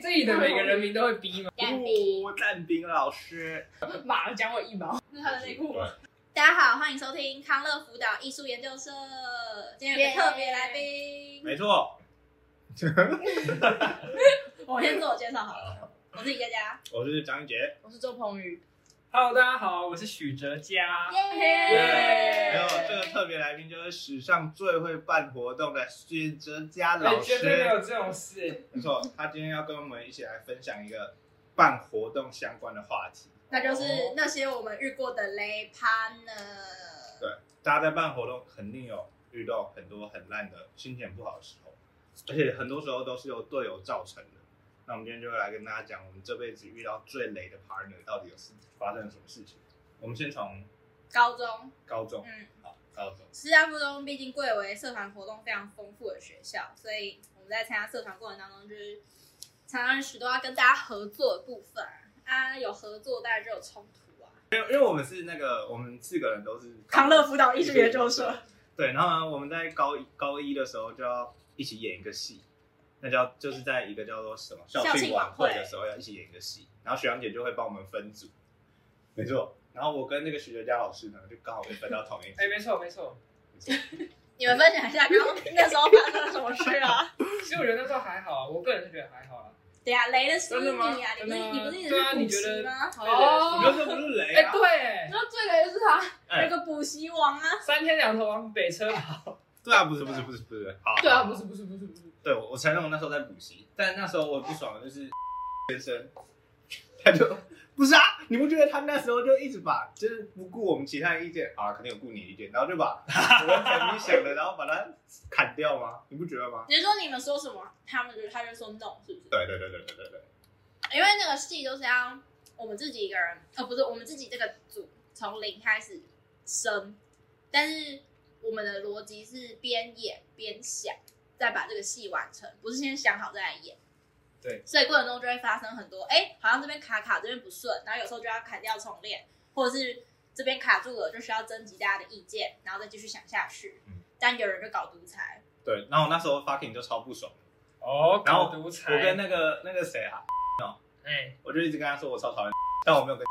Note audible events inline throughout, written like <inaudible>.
这里的每个人名都会逼吗？干冰我蛋饼老师，马上讲我一毛，那他的内裤吗？大家好，欢迎收听康乐辅导艺术研究社。今天有个特别来宾，没错，我先自我介绍好了，我是李佳佳。我是张一杰。我是周鹏宇。Hello，大家好，我是许哲佳。还耶有这个特别来宾就是史上最会办活动的许哲佳哎老绝对没有师，这种事。没错，他今天要跟我们一起来分享一个办活动相关的话题。那就是那些我们遇过的雷趴呢。大家在办活动肯定有遇到很多很烂的、心情不好的时候，而且很多时候都是由队友造成的。那我们今天就来跟大家讲，我们这辈子遇到最雷的 partner 到底有是发生了什么事情。我们先从高中，高中，嗯，好，高中，师大附中毕竟贵为社团活动非常丰富的学校，所以我们在参加社团过程当中，就是常常许多要跟大家合作的部分啊，有合作当然就有冲突啊。因为因为我们是那个我们四个人都是康乐辅导艺术研究社，对，然后呢，我们在高一高一的时候就要一起演一个戏，那叫就是在一个叫做什么校庆庆晚晚会的时候要一起演一个戏，然后学长姐就会帮我们分组，没错。然后我跟那个徐哲佳老师呢，就刚好被分到同一组哎，。没错没错。你们分享一下刚刚那时候发生了什么事啊？其实我觉得那时候还好啊，我个人是觉得还好啊。对啊，雷的是真的吗你啊，你不是真的吗你不是一直对啊去你补觉习得吗？我哦觉得这不是雷哎，啊！对，然后最雷的是他哎那个补习王啊，三天两头往北车跑。对啊，不是不是不是不是，好，对啊，不是不是不是不是。对，我我承认我那时候在补习，但那时候我不爽的就是先生，他就不是啊，你不觉得他那时候就一直把就是不顾我们其他人意见啊，肯定有顾你的意见，然后就把我跟陈一想的，然后把它砍掉吗？你不觉得吗？你是说你们说什么，他们就他就说 no 是不是？对对对对对对对，因为那个戏都是要我们自己一个人，哦，不是我们自己这个组从零开始生，但是我们的逻辑是边演边想，再把这个戏完成，不是先想好再来演。对，所以过程中就会发生很多，哎、好像这边卡卡，这边不顺，然后有时候就要砍掉重练，或者是这边卡住了，就需要征集大家的意见，然后再继续想下去。嗯但有人就搞独裁，对，然后我那时候 fucking 就超不爽，哦，然搞后独裁。我跟那个那个谁啊，哎，我就一直跟他说我超讨厌，但我没有跟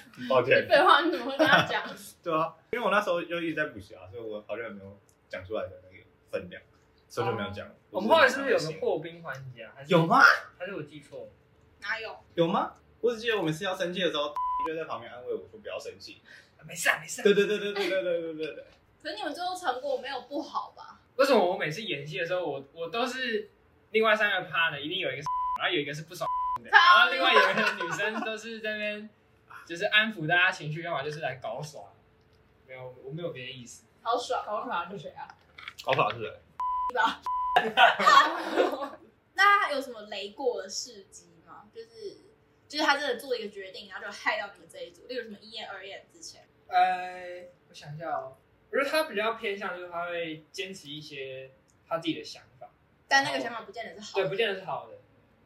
讲，抱歉，废话，你怎么会跟他讲？对啊，因为我那时候就一直在补习啊，所以我好像没有讲出来的那个分量，所以就没有讲。哦我们后来是不是有我个只破冰环节啊？还是有？吗？还是我记错？了？ <laughs> 哪有？有吗？我只记得我们是要生气的时 <laughs> 候，就在旁边安慰我说不要生气。没事啊没事啊。对对对对对对对对对对。可是你们最后成果没有不好吧？为什么我每次演戏的时候，我我都是另外三个趴呢？一定有一个是，然后有一个是不爽的，然后另外啊有一个女生都是在那边就是安抚大家情绪，要么就是来搞爽。没有，我没有别的意思。好爽，好爽是谁啊？搞法是欸人， <laughs> 那他有什么雷过的事迹吗？就是就是他真的做一个决定，然后就害到你们这一组，例如什么一验、二验之前，呃，我想一下哦，我觉得他比较偏向就是他会坚持一些他自己的想法，但那个想法不见得是好对，不的。见得是好的，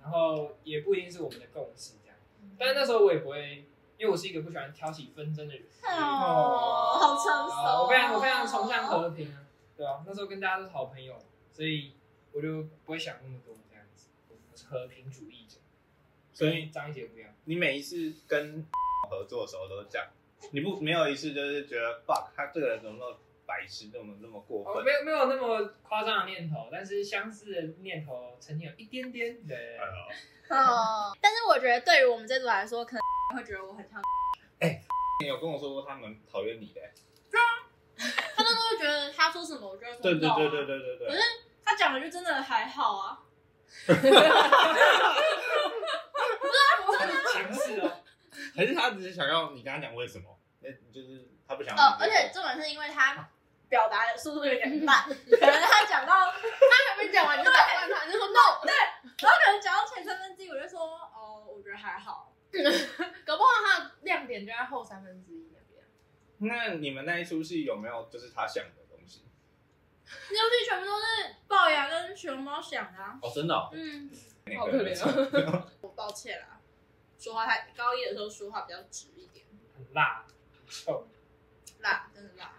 然后也不一定是我们的共识这样。但是那时候我也不会，因为我是一个不喜欢挑起纷争的人。哦，嗯好成熟、啊，哦！我非常我非常崇尚和平啊，对啊，那时候跟大家都是好朋友，所以我就不会想那么多这样子，我是和平主义者。所以张一杰不一样，你每一次跟合作的时候都是这样，你不没有一次就是觉得 fuck 他这个人怎么那么白痴，那么那么过哦，分。没有没有那么夸张的念头，但是相似的念头曾经有一点点。对哎，呦哦，但是我觉得对于我们这组来说，可能会觉得我很像，你有跟我说过他们讨厌你的、他那时候就觉得他说什么，我就会说对对 no 啊对对对对可对哦是。他讲的就真的还好啊，强势哦，还是他只是想要你跟他讲为什么？那就是他不想要哦，你而接受。且重点是因为他表达的速度有点慢，嗯 <laughs> 可能他讲到他还没讲完你就打断他，你就说 no，然后可能讲到前三分之一，我就说哦，我觉得还好。 <laughs> 搞不好他的亮点就在后三分之一那边。那你们那一出戏有没有就是他想的东西？那游戏全部都是龅牙跟熊猫想的、啊。哦，真的、哦，嗯，那好个可哦怜抱歉啦，说话太高一的时候说话比较直一点，很辣，很臭。辣，真的辣，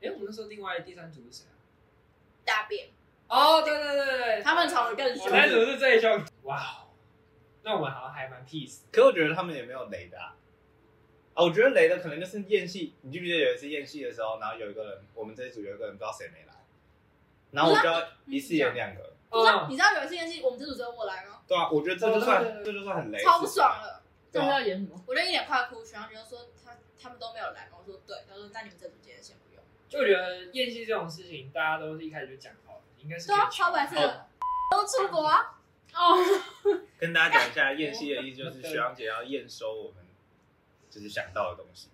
哎，我们那时候另外第三组是谁啊？大便。哦，对对对对，他们吵得更我凶。那组是最凶。哇哦，那我们好像还蛮 peace 的。可我觉得他们也没有雷的啊。啊，我觉得雷的可能就是宴戏，你记不记得有一次宴戏的时候，然后有一个人，我们这一组有一个人不知道谁没来，然后我就要一次演两个。你知道嗯你知道有一次演戏，我们这组只有我来吗？对啊，我觉得这就算、哦对对对这就算很雷，超不爽了，这啊是要演什么？我就一脸快哭，然后就说他他们都没有来嘛，我说对，他说那你们这组今天先不用，就觉得宴席这种事情，大家都是一开始就讲好了，应该是对啊，可以超白痴哦的，都出国啊，哦，跟大家讲一下，宴戏的意思就是学长姐要验收我们就是想到的东西，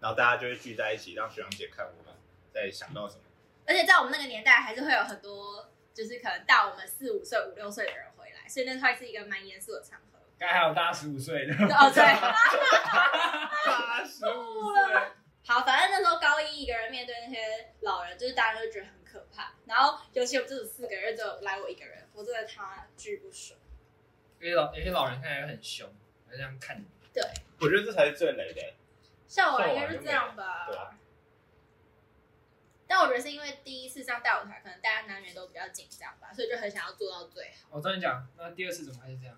然后大家就会聚在一起，让学长姐看我们在想到什么。而且在我们那个年代还是会有很多就是可能大我们四五岁五六岁的人回来，所以那会是一个蛮严肃的场合。该还有大十五岁的，哦 <laughs> 对，八十五了好，反正那时候高一一个人面对那些老人，就是大家都觉得很可怕。然后尤其我们这组四个人，就只有来我一个人，我真的他巨不爽。有些老有些老人看起来很凶，还这样看你。我觉得这才是最雷的、像我来应该是这样吧对。啊但我觉得是因为第一次上大舞台，可能大家难免都比较紧张吧，所以就很想要做到最好。我跟你哦讲，那第二次怎么还是这样？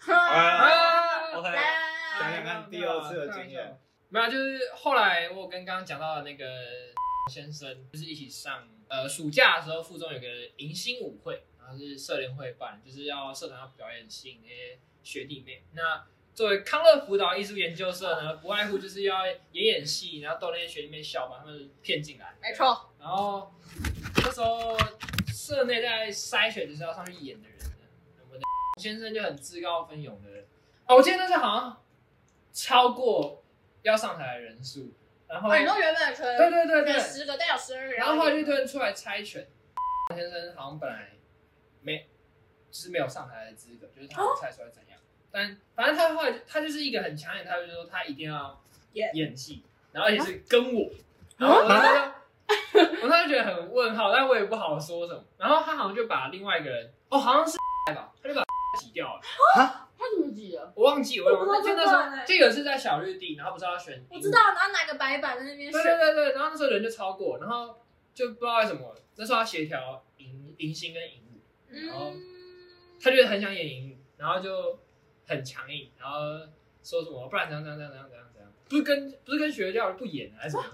<laughs> 啊啊， OK，来来讲来讲看第二次的经验。没有，啊就是后来我跟刚刚讲到的那个先生，就是一起上呃暑假的时候，附中有个迎新舞会，然后是社联会办，就是要社团要表演吸引那些学弟妹。那作为康乐辅导艺术研究社呢，不外乎就是要演演戏，然后逗那些学弟妹笑，把他们骗进来。没错，然后那时候社内在筛选就是要上去演的人呢，我们的先生就很自告奋勇的，哦，我记得那时候好像超过要上台的人数，然后很对多哎原本纯对对对对，十个但有十二个，然后后来就演突然出来猜拳，先生好像本来没就是没有上台的资格，就是哦他猜出来怎样，但反正他后来就他就是一个很强烈的态度，就是说他一定要演啊演技，然后也是跟我，然后我那时候就我那时候觉得很问号，但我也不好说什么。然后他好像就把另外一个人，哦，好像是吧，他就把挤掉了，他怎么挤的？我忘记我啊我不忘知啊道记，就那怎么时办欸候就有一次在小绿地，然后不是要选我知道，然后拿个白板在那边对选，对对对，然后那时候人就超过，然后就不知道为什么，那时候要协调迎迎新跟迎舞，然后嗯，他就很想演迎舞，然后就很强硬，然后说什么不然怎样怎样怎样怎样怎样怎样，不是跟不是跟学校不演啊还是什么，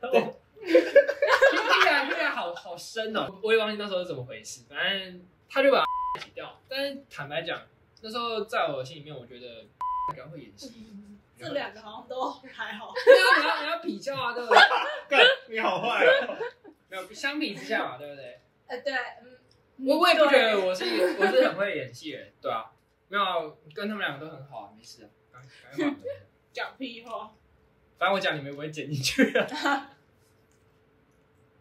然后我听起来听起来好好深哦，我也忘记那时候是怎么回事，反正他就把挤掉，但是坦白讲，那时候在我心里面，我觉得比较会演戏，这两个好像都还好。对啊，你要你要比较啊，对不对？ <laughs> 干，你好坏 <laughs> 哦！没有，相比之下嘛，对不对？ <laughs> 呃，对，嗯，我我也不觉得我是 <laughs> 我是很会演戏的人，对啊，没有啊跟他们两个都很好啊，没事啊，赶赶快忙的讲屁 <laughs> 话。 <laughs> 反正我讲你们也不会剪进去啊，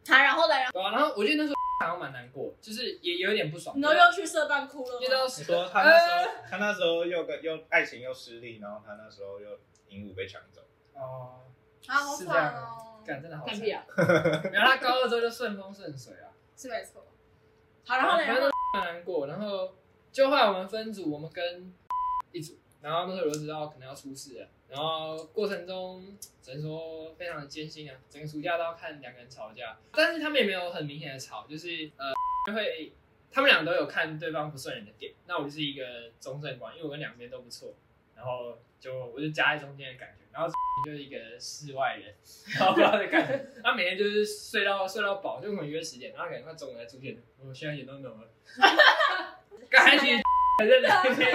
他然后呢，然后对啊，然后我记得那时候 <laughs> 好像蛮难过，就是也有点不爽，你都又去社办哭了因为吗？到你时说他那时候，他那时候又跟又爱情又失利，然后他那时候又鹦鹉被抢走。哦，啊，好是这样惨哦，干真的好干惨， <laughs> 屁啊！然后他高二之后就顺风顺水啊，是没错。好，啊然后呢，反然后正蛮难过，然后就后来我们分组，我们跟一组，然后那时候我就知道可能要出事了，然后过程中只能说非常的艰辛啊，整个暑假都要看两个人吵架，但是他们也没有很明显的吵，就是呃就会他们俩都有看对方不顺眼的点，那我就是一个中正观，因为我跟两边都不错，然后就我就夹在中间的感觉，然后 <laughs> 就是一个世外人，然后不知道在干什么，他每天就是睡到睡到饱，就可能约十点，然后可能他中午才出现，我现在演到哪了？赶紧还在聊天。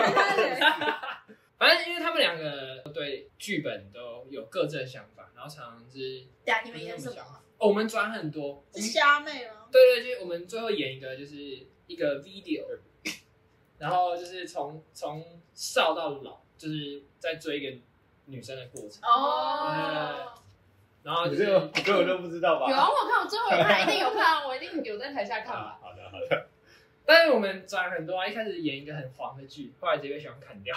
<laughs> 反正因为他们两个对剧本都有各自的想法，然后常常是对啊，你们演什么啊？哦，我们转很多，我 <laughs> 是们虾妹吗？对对，就是我们最后演一个就是一个 video，然嗯后就是从从少到老，就是在追一个女生的过程，哦，然后就你是这个这我就不知道吧？有啊，我有看，我最后有看，一定有看啊，我一定有在台下看啊吧。好的好的，但是我们转很多啊，一开始演一个很黄的剧，后来直接被喜欢砍 <laughs> 掉，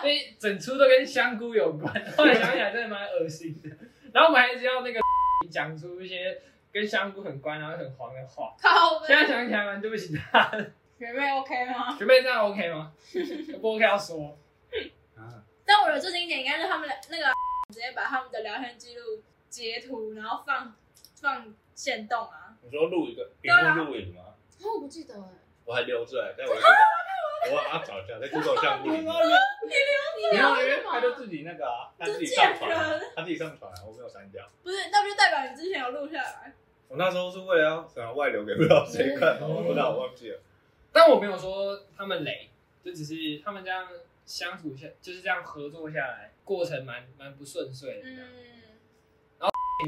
所以整出都跟香菇有关。后来想起来真的蛮恶心的。然后我们还一直要那个 <laughs> 讲出一些跟香菇很关然后很黄的话。靠现在想起来蛮对不起他的。 <laughs> 学妹 OK 吗？学妹这样 OK 吗？不 OK 要说。啊，但我的最经典应该是他们俩那个 <laughs> 直接把他们的聊天记录截图，然后放放线动啊。你说录一个对啊屏幕录影吗？哦我不记得哎，欸我还留着，但我我要找一下，在 Google 上录影。啊你没有，因为干嘛他就自己那个啊，他自己就上贱传啊人，他自己上传啊，我没有删掉。不是，那不就代表你之前有录下来？我那时候是为了要想要外流给不知道谁看，嗯我不知道我忘记了。但我没有说他们雷，就只是他们这样相处下，就是这样合作下来，过程蛮蛮不顺遂的。嗯，嗯，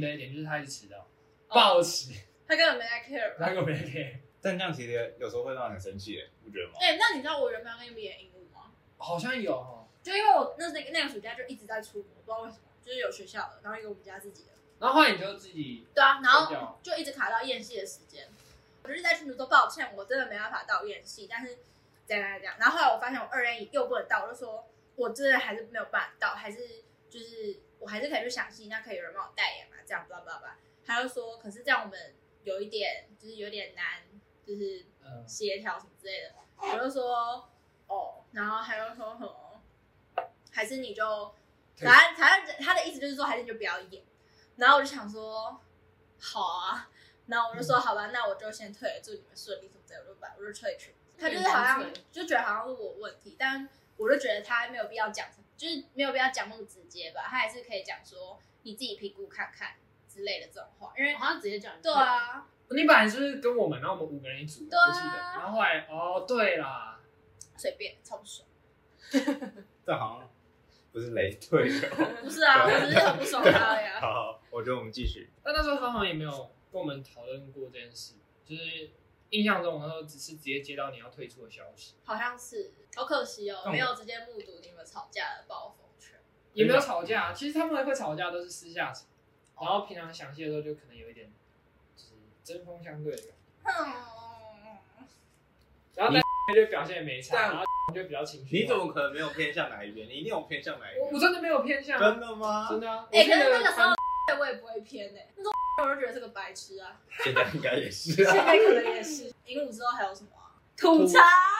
的一点就是他一直迟到，哦暴迟，他根本没在 care 吧。那个没给，但这样其实有时候会让人很生气，欸不觉得吗？哎、那你知道我原本要跟你们演荧幕吗？好像有哦。就因为我那那个那个暑假就一直在出国，不知道为什么，就是有学校的，然后一个我们家自己的。然后后来你就自己对啊，然睡后觉就一直卡到宴戏的时间。我就是在群组说抱歉，我真的没办法到宴戏，但是怎样怎样怎样。然后后来我发现我二院又不能到，我就说我真的还是没有办法到，还是就是我还是可以去想戏，那可以有人帮我代言嘛，这样 blah blah blah。他就说，可是这样我们有一点就是有点难，就是嗯，协调什么之类的。我就说哦，然后他就说什么，还是你就，对反正反正他的意思就是说，还是你就不要演。然后我就想说，好啊，然后我就说、好吧，那我就先退了，祝你们顺利什么之类的，我就把我就退群。他就是好像很干脆就觉得好像是我问题，但我就觉得他没有必要讲，就是没有必要讲那么直接吧，他还是可以讲说你自己评估看看之类的这种话，因为我好像直接讲，对，啊，你本来就是跟我们，然后我们五个人一组，对啊我记得。然后后来哦，对啦，随便超不爽，但好像不是雷队友。不是啊，我只是很不爽他而已 <laughs> 啊。好好，我觉得我们继续。但那时候芳芳也没有跟我们讨论过这件事，就是印象中我那时候只是直接接到你要退出的消息，好像是，好可惜哦，但我没有直接目睹你们吵架的暴风圈。也没有吵架。其实他们会吵架都是私下吵，哦然后平常详细的时候就可能有一点就是针锋相对的感觉。嗯，然后但 <laughs> 就表现也没差，但然后就比较情绪化。你怎么可能没有偏向哪一边？你一定有偏向哪一我我边？真的没有偏向啊，真的吗？真的啊。哎、我可是那个时记得候我也不会偏哎、那时候 <laughs> 我就觉得是个白痴啊，现在应该也是 <laughs> 现啊。在可能也是。鹦鹉之后还有什么啊、吐槽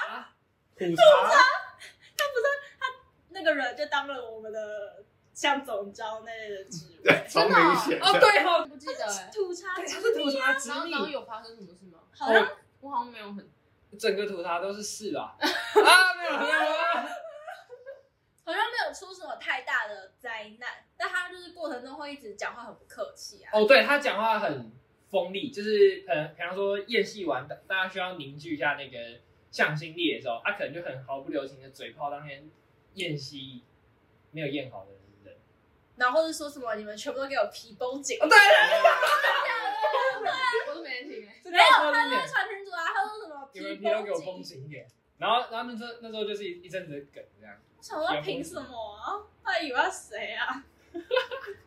啊吐槽，那个人就当了我们的像总招那类的职务。对，超明显啊哦对哦，不记 <laughs> 得哎。吐槽，对他是吐槽直然后然后立，有发生什么事吗？好像我好像没有很，整个吐槽都是是 <laughs> 吧？啊没有没有，好像没有出什么太大的灾难，但他就是过程中会一直讲话很不客气啊。哦对他讲话很锋利，就是可能比方说宴戏完，大大家需要凝聚一下那个向心力的时候，他可能就很毫不留情的嘴炮当天宴席没有宴好的人。然后或者说什么你们全部都给我皮绷紧，哦对，我都没听哎。这没有，倒是他真就的是传群主啊，他说什么你们皮皮都给我绷绷紧，紧一点。然后，然后那时候那时候就是一一阵子的梗这样，我想说凭什么啊？他以为他谁 <laughs> 啊？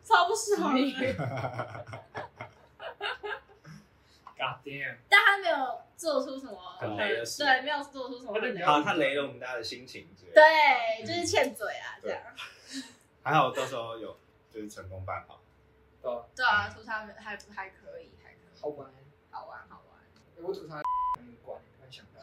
超不爽的， God damn！但他没有做出什么很雷的事对，没有做出什么很雷的事好，他雷了我们大家的心情之类的。对，就是欠嘴啊，这样。还好到时候有就是成功办好。对啊，对啊，吐槽还还可以，还可以，好玩。好玩好玩。我吐槽很管，突然想到，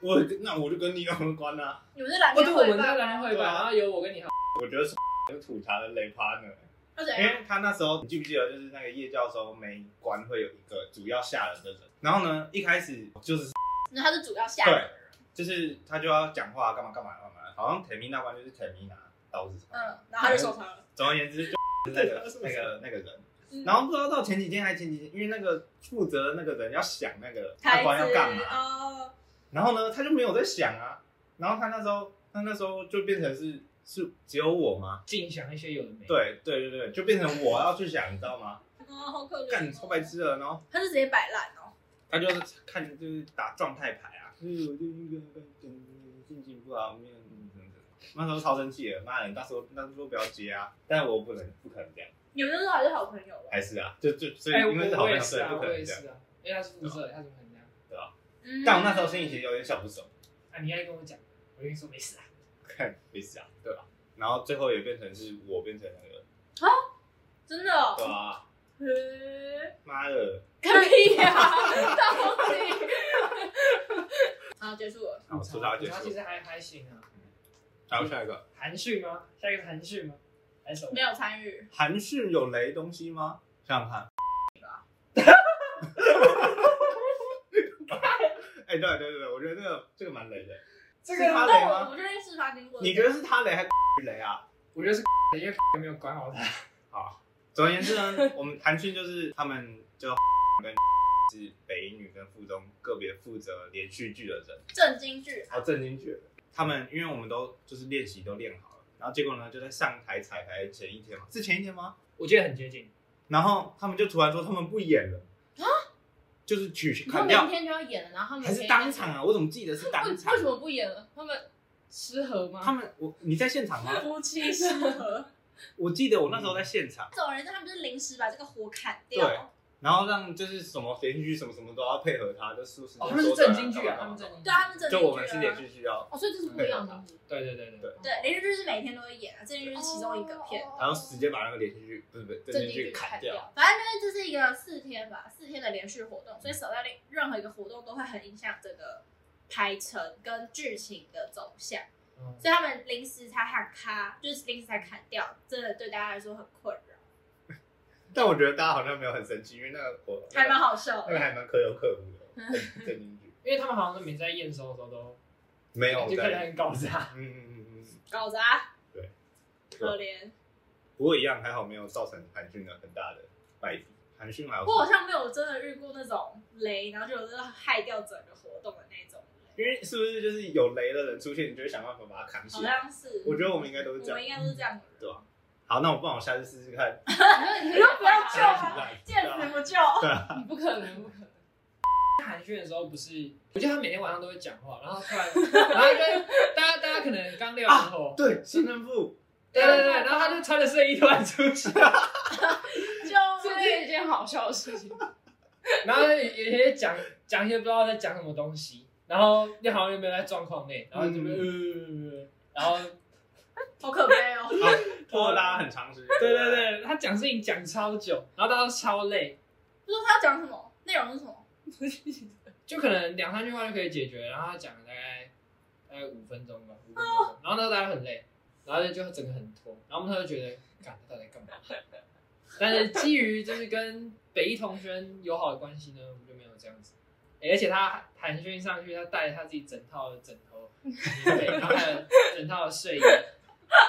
我那我就跟你有关啦、你们是蓝哦，天对，我会们在吧？蓝天会吧，然后有我跟你，我觉得是吐槽的雷 partner，那怎因样？为他那时候你记不记得，就是那个叶教授每关会有一个主要吓人的人，然后呢一开始就是那他是主要吓人的人，就是他就要讲话干嘛干嘛干嘛，好像 t e m i 那关就是 t e m i 拿刀子什么，嗯，然后他就受伤了。总而言之就是 <laughs> 那个 <laughs> 那个那个人。嗯然后不知道到前几天还前几天，因为那个负责那个人要想那个开关要干台词嘛，哦，然后呢他就没有在想啊，然后他那时候他那时候就变成是是只有我吗？尽想一些有的没的。对对对对，就变成我要去想，你知道吗？哦，好可怜哦。干超白痴了，然后他是直接摆烂哦。他就是看就是打状态牌啊，所以我就一个心情不好，没有嗯嗯嗯那时候超生气的，妈的，你到时候那时候不要接啊，但我不能不可能这样，你们那时候还是好朋友吧？还是啊，就就所以哎，我因为是好我朋也友，是所以啊，不我可也能这样是。啊，因为他是肤色，他怎么可能这样？嗯但我那时候心里其实有点小不爽。啊，你应该跟我讲，我跟你说没事啊。看没事啊，对吧、然后最后也变成是我变成那个，真的哦对，啊吧、嗯妈的，可以呀，到底。好，结束了。好啊我吐槽他结其束。实还还行啊。还有下一个，韩讯吗？下一个是韩讯吗？还是什么没？有参与，韩式有雷东西吗？想想看。 <laughs> 哎、对对对，我觉得这个这个蛮雷的，这是他个雷但我吗？我觉得是他经过的。你觉得是他雷还是雷啊。 <laughs> 我觉得是 <laughs> 因为没有管好他。总而言之呢，我们韩讯就是他们就 <laughs> 跟是北女跟附中个别负责连续剧的人，震惊剧，然后震惊剧的人，他们因为我们都就是练习都练好了，然后结果呢就在上台彩排前一天嘛，是前一天吗？我觉得很接近，然后他们就突然说他们不演了啊就是取你说砍明掉，天就要演了，然后他们还是前一当天场啊？我怎么记得是当为场为？什么不演了？他们失和吗？他们我你在现场吗？夫妻失和，我记得我那时候在现场，总而言之，他们就是临时把这个火砍掉。然后让就是什么连续剧什么什么都要配合他，就舒适。哦，他们是震惊剧啊，他们震惊。对啊，他们震就惊我们是剧连啊，续剧要哦，所以这是不一样的东西。对啊对对对，啊对，连续剧是每天都会演啊，震惊剧是其中一个片。哦然后直接把那个连续剧不是不是震真惊剧剧砍砍掉。掉。反正就是这是一个四天吧，四天的连续活动，所以少掉任何一个活动都会很影响这个排程跟剧情的走向，嗯所以他们临时才喊咔，就是临时才砍掉，真的对大家来说很困扰，但我觉得大家好像没有很生气，因为那个我还蛮好笑那个的。还蛮可有可 <laughs> 无的震惊剧，因为他们好像都每次在验收的时候都没有就看起来在很搞砸。嗯嗯嗯嗯，搞砸，对，可怜。不过一样还好没有造成韩讯的很大的败笔。韩讯还有我好像没有真的遇过那种雷，然后就有真的害掉整个活动的那种雷，因为是不是就是有雷的人出现，你就会想办法把他扛好起来？像是。我觉得我们应该都是这哦我们应样，该都是这样的人，对吧？好，那我不然我下次试 <laughs> 试看。你说不要救啊！见死不救。 <laughs> 你不可能，不可能。寒暄的时候不是，我觉得他每天晚上都会讲话，然后突然，然后就大家大家可能刚练完后，对，新人部 <laughs> 对对对，然后他就穿着睡衣突然出去， <laughs> 救这命！是一件好笑的事情。然后也也讲讲一些不知道在讲什么东西，然后你好像又没有在状况内，然后就呃，然后好可悲哦。拖了大家很长时间。啊对对，对，他讲事情讲超久，然后大家都超累，不是他要讲什么，内容是什么？就可能两三句话就可以解决，然后他讲了大概大概五分钟吧，五分钟，然后那时候大家很累，然后就整个很拖，然后我们他就觉得，干他到底干嘛？ <laughs> 但是基于就是跟北一同学友好的关系呢，我们就没有这样子。诶而且他寒暄上去，他带着他自己整套的枕头、 <laughs> 棉被，然后还有整套的睡衣，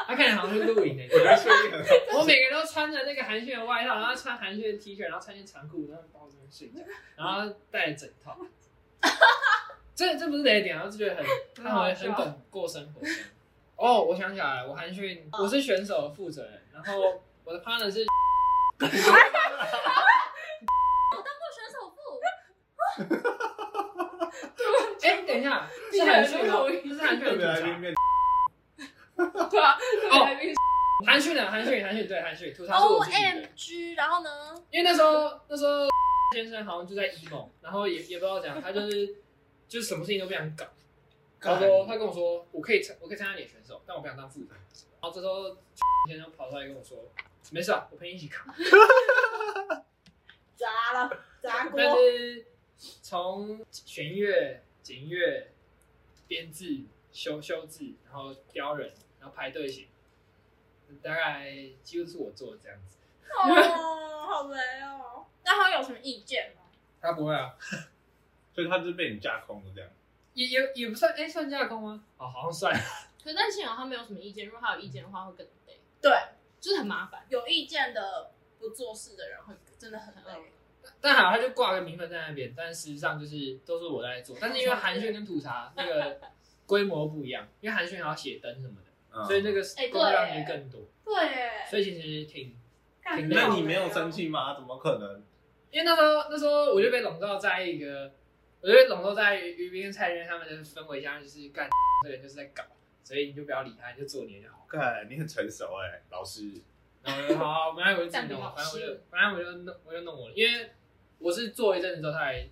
他看起来好像是露营的。我觉得睡衣 <laughs> 很好。我每个人都穿着那个寒暄的外套，然后穿寒暄的 T 恤，然后穿件长裤，然后包着睡 <laughs> 觉，然后带枕套。这这不是雷点，啊然后就觉得很他很很懂过生活。哦，我想起来了，我寒暄，我是选手负责人，然后我的 partner <laughs> 是做选手部，哎，等一下，你是很韩讯吗？容易不是韩特讯别的来吐槽宾，变对啊，来宾韩讯的韩讯，韩讯对韩讯吐槽是 O 我自己的 M，G，然后呢？因为那时候那时候 <laughs> 先生好像就在 emo，然后也也不知道怎样，他就是就是什么事情都不想搞。他说他跟我说，我可以参我可以参加你的选手，但我不想当副手。然后这时候 <laughs> 先生跑出来跟我说，没事啊，我陪你一起扛。砸了，砸 <laughs> 锅。但是从弦乐、弦乐、编制、修修制，然后雕人，然后排队型，大概几乎是我做的这样子。哦，好雷哦。那他有什么意见吗？他不会啊，所以他就是被你架空了这样。也也也不算，哎、算架空吗？哦，好像算。可但幸好他没有什么意见，如果他有意见的话，会更累，对，就是很麻烦。有意见的不做事的人会真的很累。但好，他就挂个名分在那边，但实际上就是都是我在做。但是因为韩炫跟吐茶那个规模不一样，因为韩炫还要写灯什么的，嗯所以那个哎对工作量就更多。对耶，所以其实挺，干挺累那你没有生？气吗？怎么可能？因为那时候那时候我就被笼罩在一个，我就被笼罩在于斌跟蔡元他们的氛围下，就是干这个人就是在搞，所以你就不要理他，你就做你的就好。看你很成熟哎，老师。然后我就好好，反正我就自己弄，反正我就反正我就弄我就弄我的，因为我是做一阵子之后，他还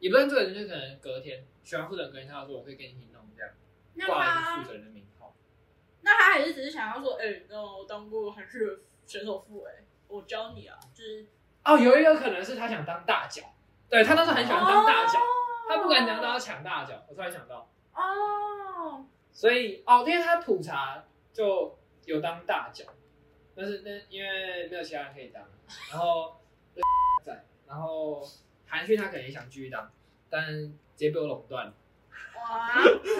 也不算做一阵子，就可能隔天学完副诊隔天，他说我可以跟你一起弄这样。那挂他负责人的名号。那他还是只是想要说，哎，那我当过还是选手副哎，我教你啊，就是哦，有一个可能是他想当大脚，对他当时很喜欢当大脚，他不敢讲到要抢大脚，我突然想到，哦，所以哦，因为他普查就有当大脚，但是那因为没有其他人可以当，然后 <laughs> 在，然后韩旭他可能也想继续当，但直接被我垄断了。哇，可怜。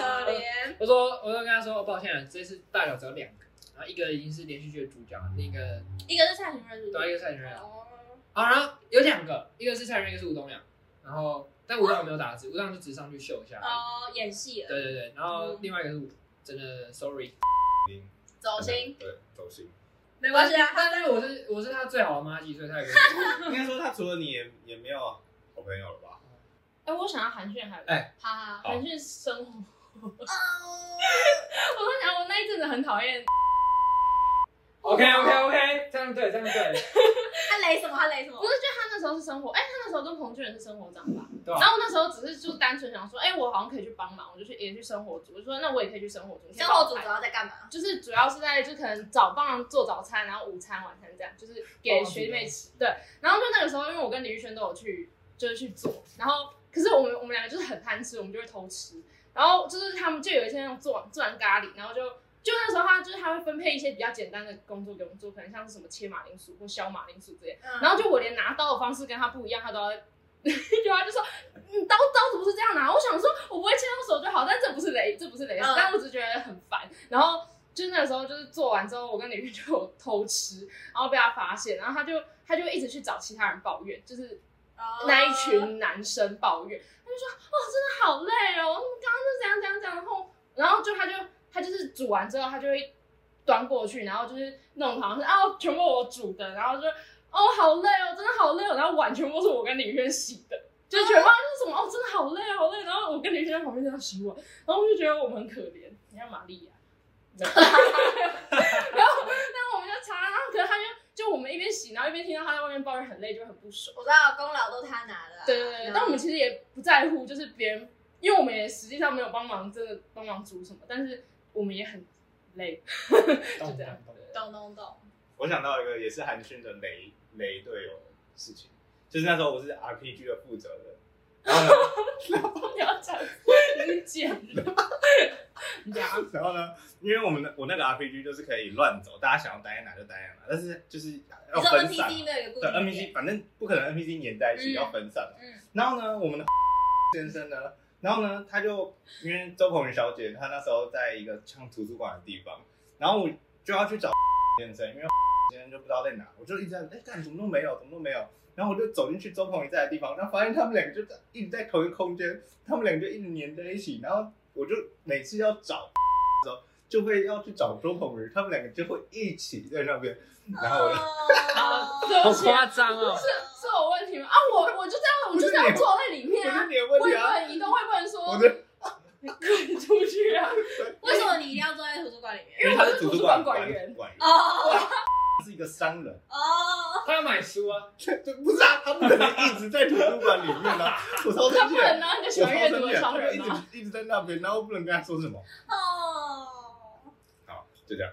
啊我说我就跟他说，哦抱歉，这次大脚只有两个，然然后一个已经是连续剧的主角，另一个一个是蔡徐坤，是不对，一是？个蔡徐坤。 <laughs> 哦，好，然后有两个，一个是蔡徐坤，一个是吴东亮。然后但吴东亮没有打字，吴东亮就只是上去秀一下。哦，演戏了，对对对，然后嗯另外一个是我真的 sorry，走心，对，走心。没关系啊，但但是我是我是他最好的妈鸡，所以他也 <laughs> 跟 <laughs> 应该说他除了你也也没有好朋友了吧？哎，我想要韩炫还有哎哈哈。好韩炫生活，哦我跟你讲，我那一阵子很讨厌，我 OK OK OK，这样对，这样对，他雷什么？他雷什么我？是觉得他那时候是生活，哎，他那时候跟彭俊仁是生活长吧。对吧啊然？后我那时候只是就单纯想说，哎，我好像可以去帮忙，我就去也去生活组，我就说那我也可以去生活组，你可以生帮我活组拍主要在干嘛？就是主要是在就可能早帮做早餐，然后午餐、晚餐这样，就是给学妹吃。对，然后就那个时候，因为我跟李玉轩都有去，就是去做，然后可是我们我们两个就是很贪吃，我们就会偷吃。然后就是他们就有一些那种做完做完咖喱，然后就就那时候他就是他会分配一些比较简单的工作给我们做，可能像是什么切马铃薯或削马铃薯这些。嗯然后就我连拿刀的方式跟他不一样，他都要。 <laughs> 就他就说，嗯，刀刀怎么是这样拿？我想说，我不会切到手就好，但这不是雷，这不是雷，嗯但我只是觉得很烦。然后就是那个时候，就是做完之后，我跟李玉就有偷吃，然后被他发现，然后他就他就一直去找其他人抱怨，就是哦那一群男生抱怨，他就说：“哦，真的好累哦，刚刚就怎样怎样怎样。”然后，然后就他就他就是煮完之后，他就会端过去，然后就是弄好像是啊，全部我煮的，然后就哦好累哦，真的好累哦，然后碗全部都是我跟李轩洗的。就是全部就是什么哦，真的好累好累，然后我跟李轩在旁边这样洗碗，然后我就觉得我们很可怜，你看玛丽亚，然后然后我们就查，然后可是他就就我们一边洗，然后一边听到他在外面抱怨很累，就很不爽。我知道功劳都他拿的啊。对对对，嗯但我们其实也不在乎，就是别人，因为我们也实际上没有帮忙，真的帮忙煮什么，但是我们也很累， <laughs> 就懂这样。懂懂懂懂懂。我想到一个也是韩讯的雷雷队友的事情，就是那时候我是 RPG 的负责人，然后呢，不要讲，你讲， <laughs> 你讲啊，然后呢，因为我们的我那个 RPG 就是可以乱走，大家想要待在哪就待在哪，但是就是要你说分散呃 NPC 没有一个固对定 NPC，反正不可能 NPC 粘在一起，嗯要分散嘛。嗯，然后呢，我们的 <laughs> 先生呢，然后呢，他就因为周鹏宇小姐她那时候在一个像图书馆的地方，然后我就要去找 <laughs> 先生，因为先生就不知道在哪，我就一直在哎干怎么都没有，怎么都没有。然后我就走进去周鹏宇在的地方，然后发现他们两个就在一直在同一个空间，他们两个就一直黏在一起。然后我就每次要找 <laughs> 的时候，就会要去找周鹏宇，他们两个就会一起在那边。然后我就哦对不起，是张哦是我问题吗？啊，我我就这样，我就不这是样你坐在里面我啊是，你的我问也题不啊，能移动，我也不能说我的滚出去啊，为什么你一定要坐在图书馆里面？因为他是图书馆管管员管员。哦是一个商人，哦，他要买书啊，对，不是啊，他不可能一直在图书馆里面啊，我超他生不气能啊的，拿你的喜我欢阅超读生气的的，超他人就啊。一直一直在那边，然后不能跟他说什么，哦，就这样。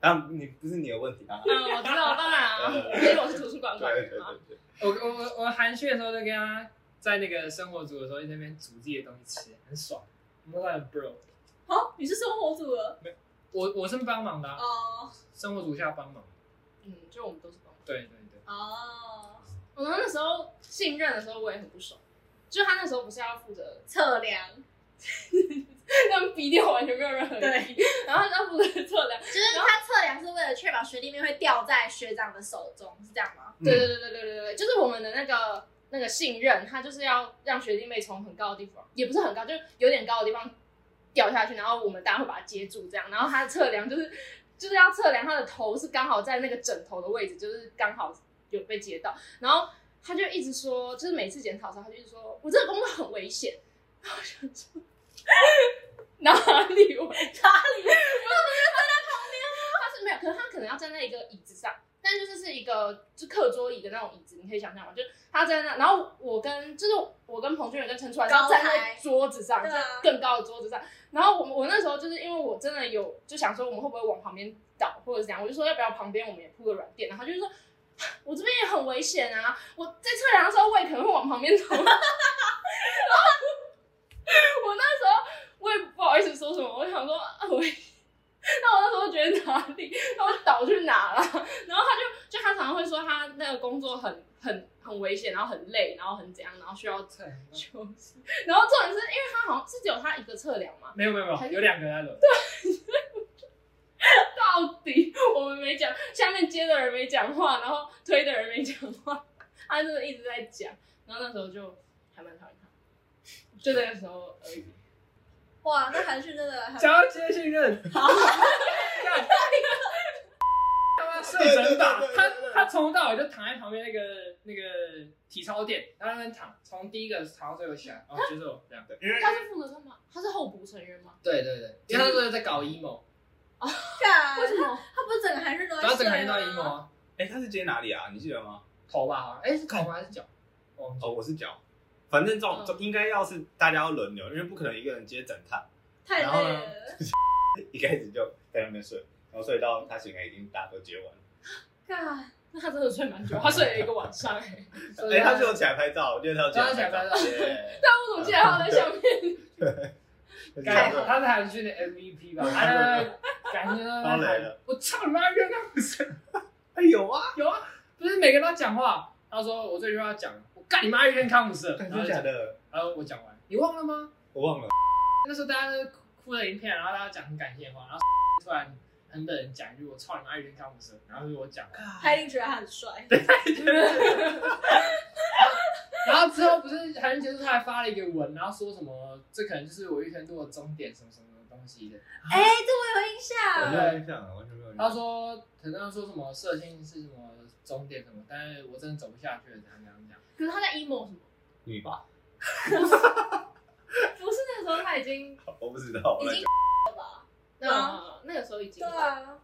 啊，你不是你的问题啊，嗯，我知道，当然啊，因为我是图书馆对管对员对嘛。对，我我我我寒暄的时候就跟他在那个生活组的时候，在那边煮自己的东西吃，很爽。我们都很 bro，好，哦你是生活组的我我是帮忙的、啊，哦生活组下帮忙。嗯，就我们都是帮对对对，哦，我们那时候信任的时候，我也很不爽。就他那时候不是要负责，测量 <laughs> 他们逼掉完全没有任何人，对， <laughs> 然后他要负责测量。就是他测量是为了确保学弟妹会掉在学长的手中，是这样吗？嗯对对对对对对对，就是我们的那个那个信任，他就是要让学弟妹从很高的地方，也不是很高，就是有点高的地方掉下去，然后我们大家会把它接住，这样。然后他的测量就是就是要测量他的头是刚好在那个枕头的位置，就是刚好有被接到，然后。他就一直说，就是每次检讨的时候，他就一直说我这个工作很危险。然后我想说哪里危险哪里？他是没有，可是他可能要站在一个椅子上，但就是是一个就课桌椅的那种椅子，你可以想象吗？就是他站在那，然后我跟就是我跟彭俊仁跟陈楚然高站台在桌子上，对就是啊更高的桌子上。然后我我那时候就是因为我真的有就想说我们会不会往旁边倒或者是怎样，我就说要不要旁边我们也铺个软垫，然后他就说。 <sighs> 我这边也很危险啊！我在测量的时候，我也可能会往旁边走。然后 <laughs> 我那时候我也不好意思说什么，我想说啊，我那我那时候觉得哪里，那我倒去哪了？然后他就就他常常会说他那个工作很很很危险，然后很累，然后很怎样，然后需要测量休息。 <laughs> 然后重点是因为他好像是只有他一个测量嘛，没有没有没有，有两个人在轮。到底没讲，下面接的人没讲话，然后推的人没讲话， <laughs> 他真的一直在讲，然后那时候就还蛮讨厌他，就那个时候而已。哇，那韩旭真的还想要接信任。好，他妈睡整打，对对对他对对对他从头到尾就躺在旁边那个那个体操垫，然后在那边躺，从第一个躺到最后起来，哦，就是我这样。因为他是负责干嘛？他是候补成员吗？对对对，因为他那时候在搞 emo，干为什么？他不是整个韩旭都在然后整个人睡都吗 emo 啊，哎，他是接哪里啊？你记得吗？头吧好像，哎是头吗还是脚？我忘记哦，了我是脚，反正这种嗯这应该要是大家要轮流，因为不可能一个人接整趟。太然后累呢了。一开始就在那边睡，然后睡到他醒来已经大家都接完了。干，那他真的睡蛮久，他睡了一个晚上、欸。哎，他是有起来拍照，我记得他有他有起起来来拍拍照照。耶 <laughs> 但我怎么记得他在 <laughs> 下面？感 <laughs> 太好他是韩剧的 MVP 吧？他那个感觉到超累那了个，我操你妈！月亮不是哎有啊，有啊，不是每个人都要讲话。他说我这句话要讲，我干你妈！月亮康姆斯，真然的后假讲，的？然后我讲完，你忘了吗？我忘了。那时候大家都哭的一片，然后大家讲很感谢的话，然后突然很冷讲一句我操你妈！月亮康姆斯，然后就我讲，他一定觉得他很帅。然后之后不是韩剧结束，他还发了一个文，然后说什么这可能就是我一天度的终点，什么什么什么东西的。哎、这我有印我没象。有印象了，完全没有印象。他说，可能说什么射精是什么终点什么，但是我真的走不下去了，怎样怎样怎样。可是他在 emo 什么？女吧，不是那个时候他已经，我不知道，已经那那个时候已经对，啊，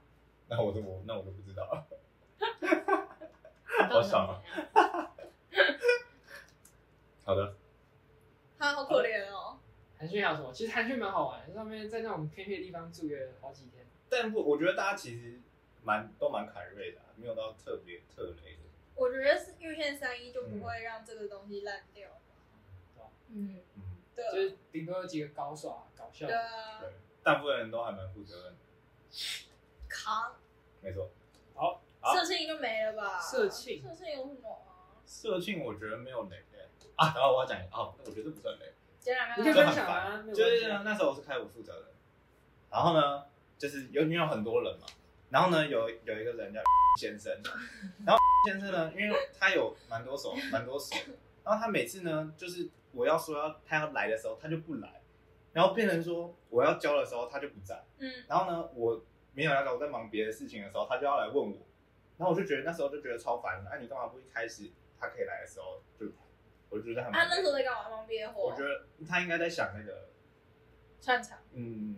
那我都我那我都不知道。好爽啊！好的，他好可怜哦。韩剧还有什么？其实韩剧蛮好玩的，上面在那种偏僻的地方住个好几天。但不，我觉得大家其实蛮都蛮凯瑞的啊、没有到特别特雷的。我觉得是遇见三一就不会让这个东西烂掉。嗯，嗯，对就，是顶多有几个高耍搞笑对，啊，对，大部分人都还蛮负责任的，扛没错。好色情就没了吧？色情色情有什么啊？社庆我觉得没有雷的、啊，然后我要讲一个哦，我觉得不算雷。前两你可以天分享啊，没有关系就是那时候我是开我负责人，然后呢，就是有因为有很多人嘛，然后呢有有一个人叫 <laughs> 先生，然后 <laughs> 先生呢，因为他有蛮多手蛮多手，然后他每次呢，就是我要说要他要来的时候，他就不来，然后变成说我要教的时候他就不在，嗯，然后呢我没有要教，我在忙别的事情的时候，他就要来问我，然后我就觉得那时候就觉得超烦，哎、你干嘛不一开始他可以来的时候就来，我就觉得很他忙啊那，时候在干嘛？忙憋火我觉得他应该在想那个。串场。嗯，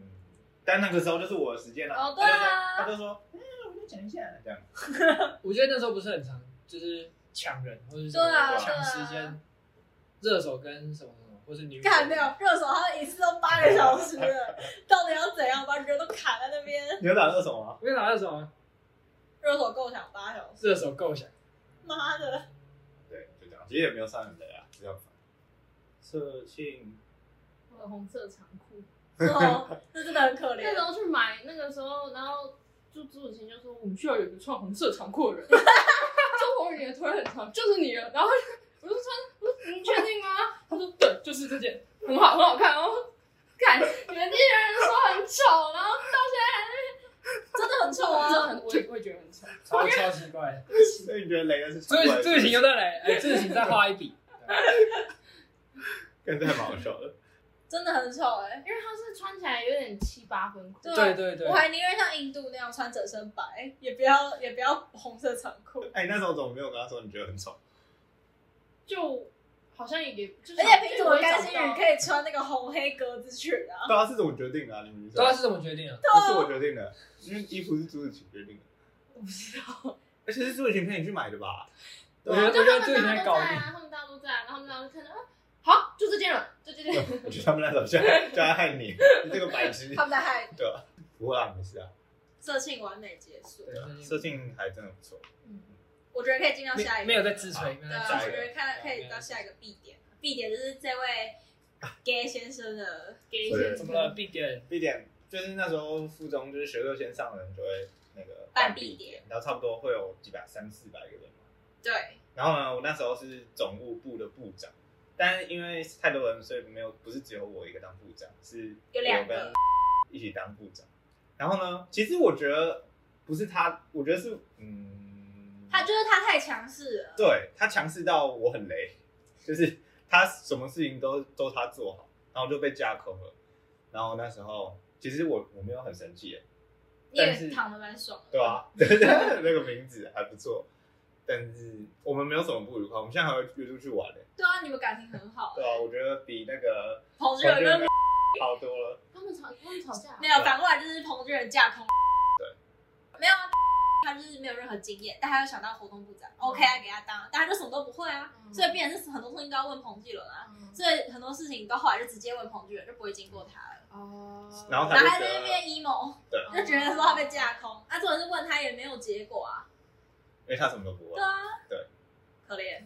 但那个时候就是我的时间了、哦对啊他就说，他就说，嗯，我就讲一下这样。我觉得那时候不是很常，就是抢人或者是什对啊么抢时对间啊，热手跟什么什么，或是女友干没有热手，他一次都八个小时 <laughs> 了，到底要怎样把人都卡在那边？你有打到什么？我跟你打热手啊，热手够想八小时，热手构 <laughs> 想，妈 <laughs> 的！对，就这样，其实也没有上很累啊，只要烦。社庆，我的嗯红色长裤。哦，这真的很可那时怜。候去买，那个时候，然后就朱子晴就说我们需要有一个穿红色长裤的人， <laughs> 周鸿宇的腿很长，就是你了。然后我就穿，我说嗯你确定吗？他说对，就是这件，很好，很好看哦。看你们这些人说很丑，然后到真的很臭现在真的啊！很， <laughs> 我也我也觉得很丑。超超奇怪的。所以你觉得雷恩是这传过来个的这个情又再来，哎，这个情再画一笔。感觉还蛮好笑的。真的很丑哎、因为他是穿起来有点七八分裤， <laughs> 对对对对我，还宁愿像印度那样穿整身白，也不要也不要红色长裤， <laughs> 哎、你那时候怎么没有跟他说你觉得很丑？就好像也就是而且凭什么也找甘不心到宇可以穿那个红黑格子裙啊？对啊，是怎么决定的、啊？你们不知道是怎么决定啊的。不是我决定的，因为衣服是朱子晴决定的，我不知道，而且是朱子晴陪你去买的吧？我觉啊得我就觉他得这个们大情在家都搞在定。啊，他们大家都在啊，然后他们大家就看到啊，好，就这件了，就这件。啊我觉得他们那时候就在就在害你，你这个白痴他。们在害对啊，不会啊，没事啊。色情完美结束，对社庆还真的不错。嗯我觉得可以进到下一没没个，有在自吹，没有对在啊，自我下一觉个吹。得看可以到下一个必点，必点就是这位啊 gay 先生的，给一些怎么了？必点必点就是那时候附中就是学测先上的人就会那个办必必点点，然后差不多会有几百三四百个人嘛。对，然后呢，我那时候是总务部的部长，但因为太多人，所以没有不是只有我一个当部长，是有两个我跟一起当部长。然后呢，其实我觉得不是他，我觉得是嗯，他就是他太强势了，对他强势到我很雷，就是他什么事情都都他做好，然后就被架空了。然后那时候其实我我没有很生气，你也但是躺的蛮爽的。对吧、啊？ <laughs> 那个名字还不错，但是我们没有什么不愉快，我们现在还会约出去玩呢、对啊，你们感情很好。对啊，我觉得比那个彭志远跟好多了。他们吵，他们吵架没啊有，反过来就是彭志远架空。对， <laughs> 没有啊，他就是没有任何经验，但他又想当活动部长，OK 啊，给他当，但他就什么都不会啊，嗯所以变成是很多事情都要问彭志伦啊，嗯所以很多事情到后来就直接问彭志远，就不会经过他了。哦，然后他然后就他觉在得那边 emo，哦就觉得说他被架空，啊，重点是问他也没有结果啊，因为他什么都不会对。啊，对，可怜，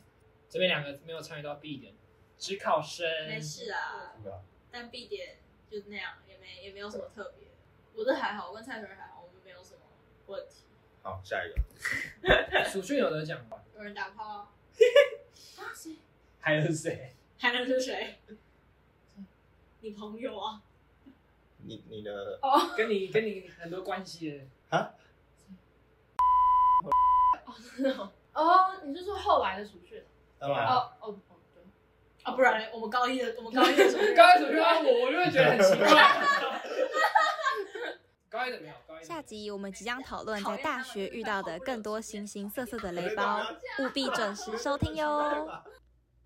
这边两个没有参与到 B 点，只考生没事啊，对啊但 B 点就那样，也没也没有什么特别，我这还好，我跟蔡主任还好，我们没有什么问题，好，下一个。蜀训有得奖吧？有人打炮啊，啊谁还有谁？还能是谁？ <laughs> 你朋友啊？你你的跟你跟你很多关系的，哦，你是说后来的暑训？当然哦哦哦，对，啊，不然嘞我们高一的，我们高一 <laughs> 的时候高一怎么又问我，我就会觉得很奇怪。高一怎么样？高一怎么下样集我们即将讨论在大学遇到的更多形形色色的雷包，务必准时收听哟。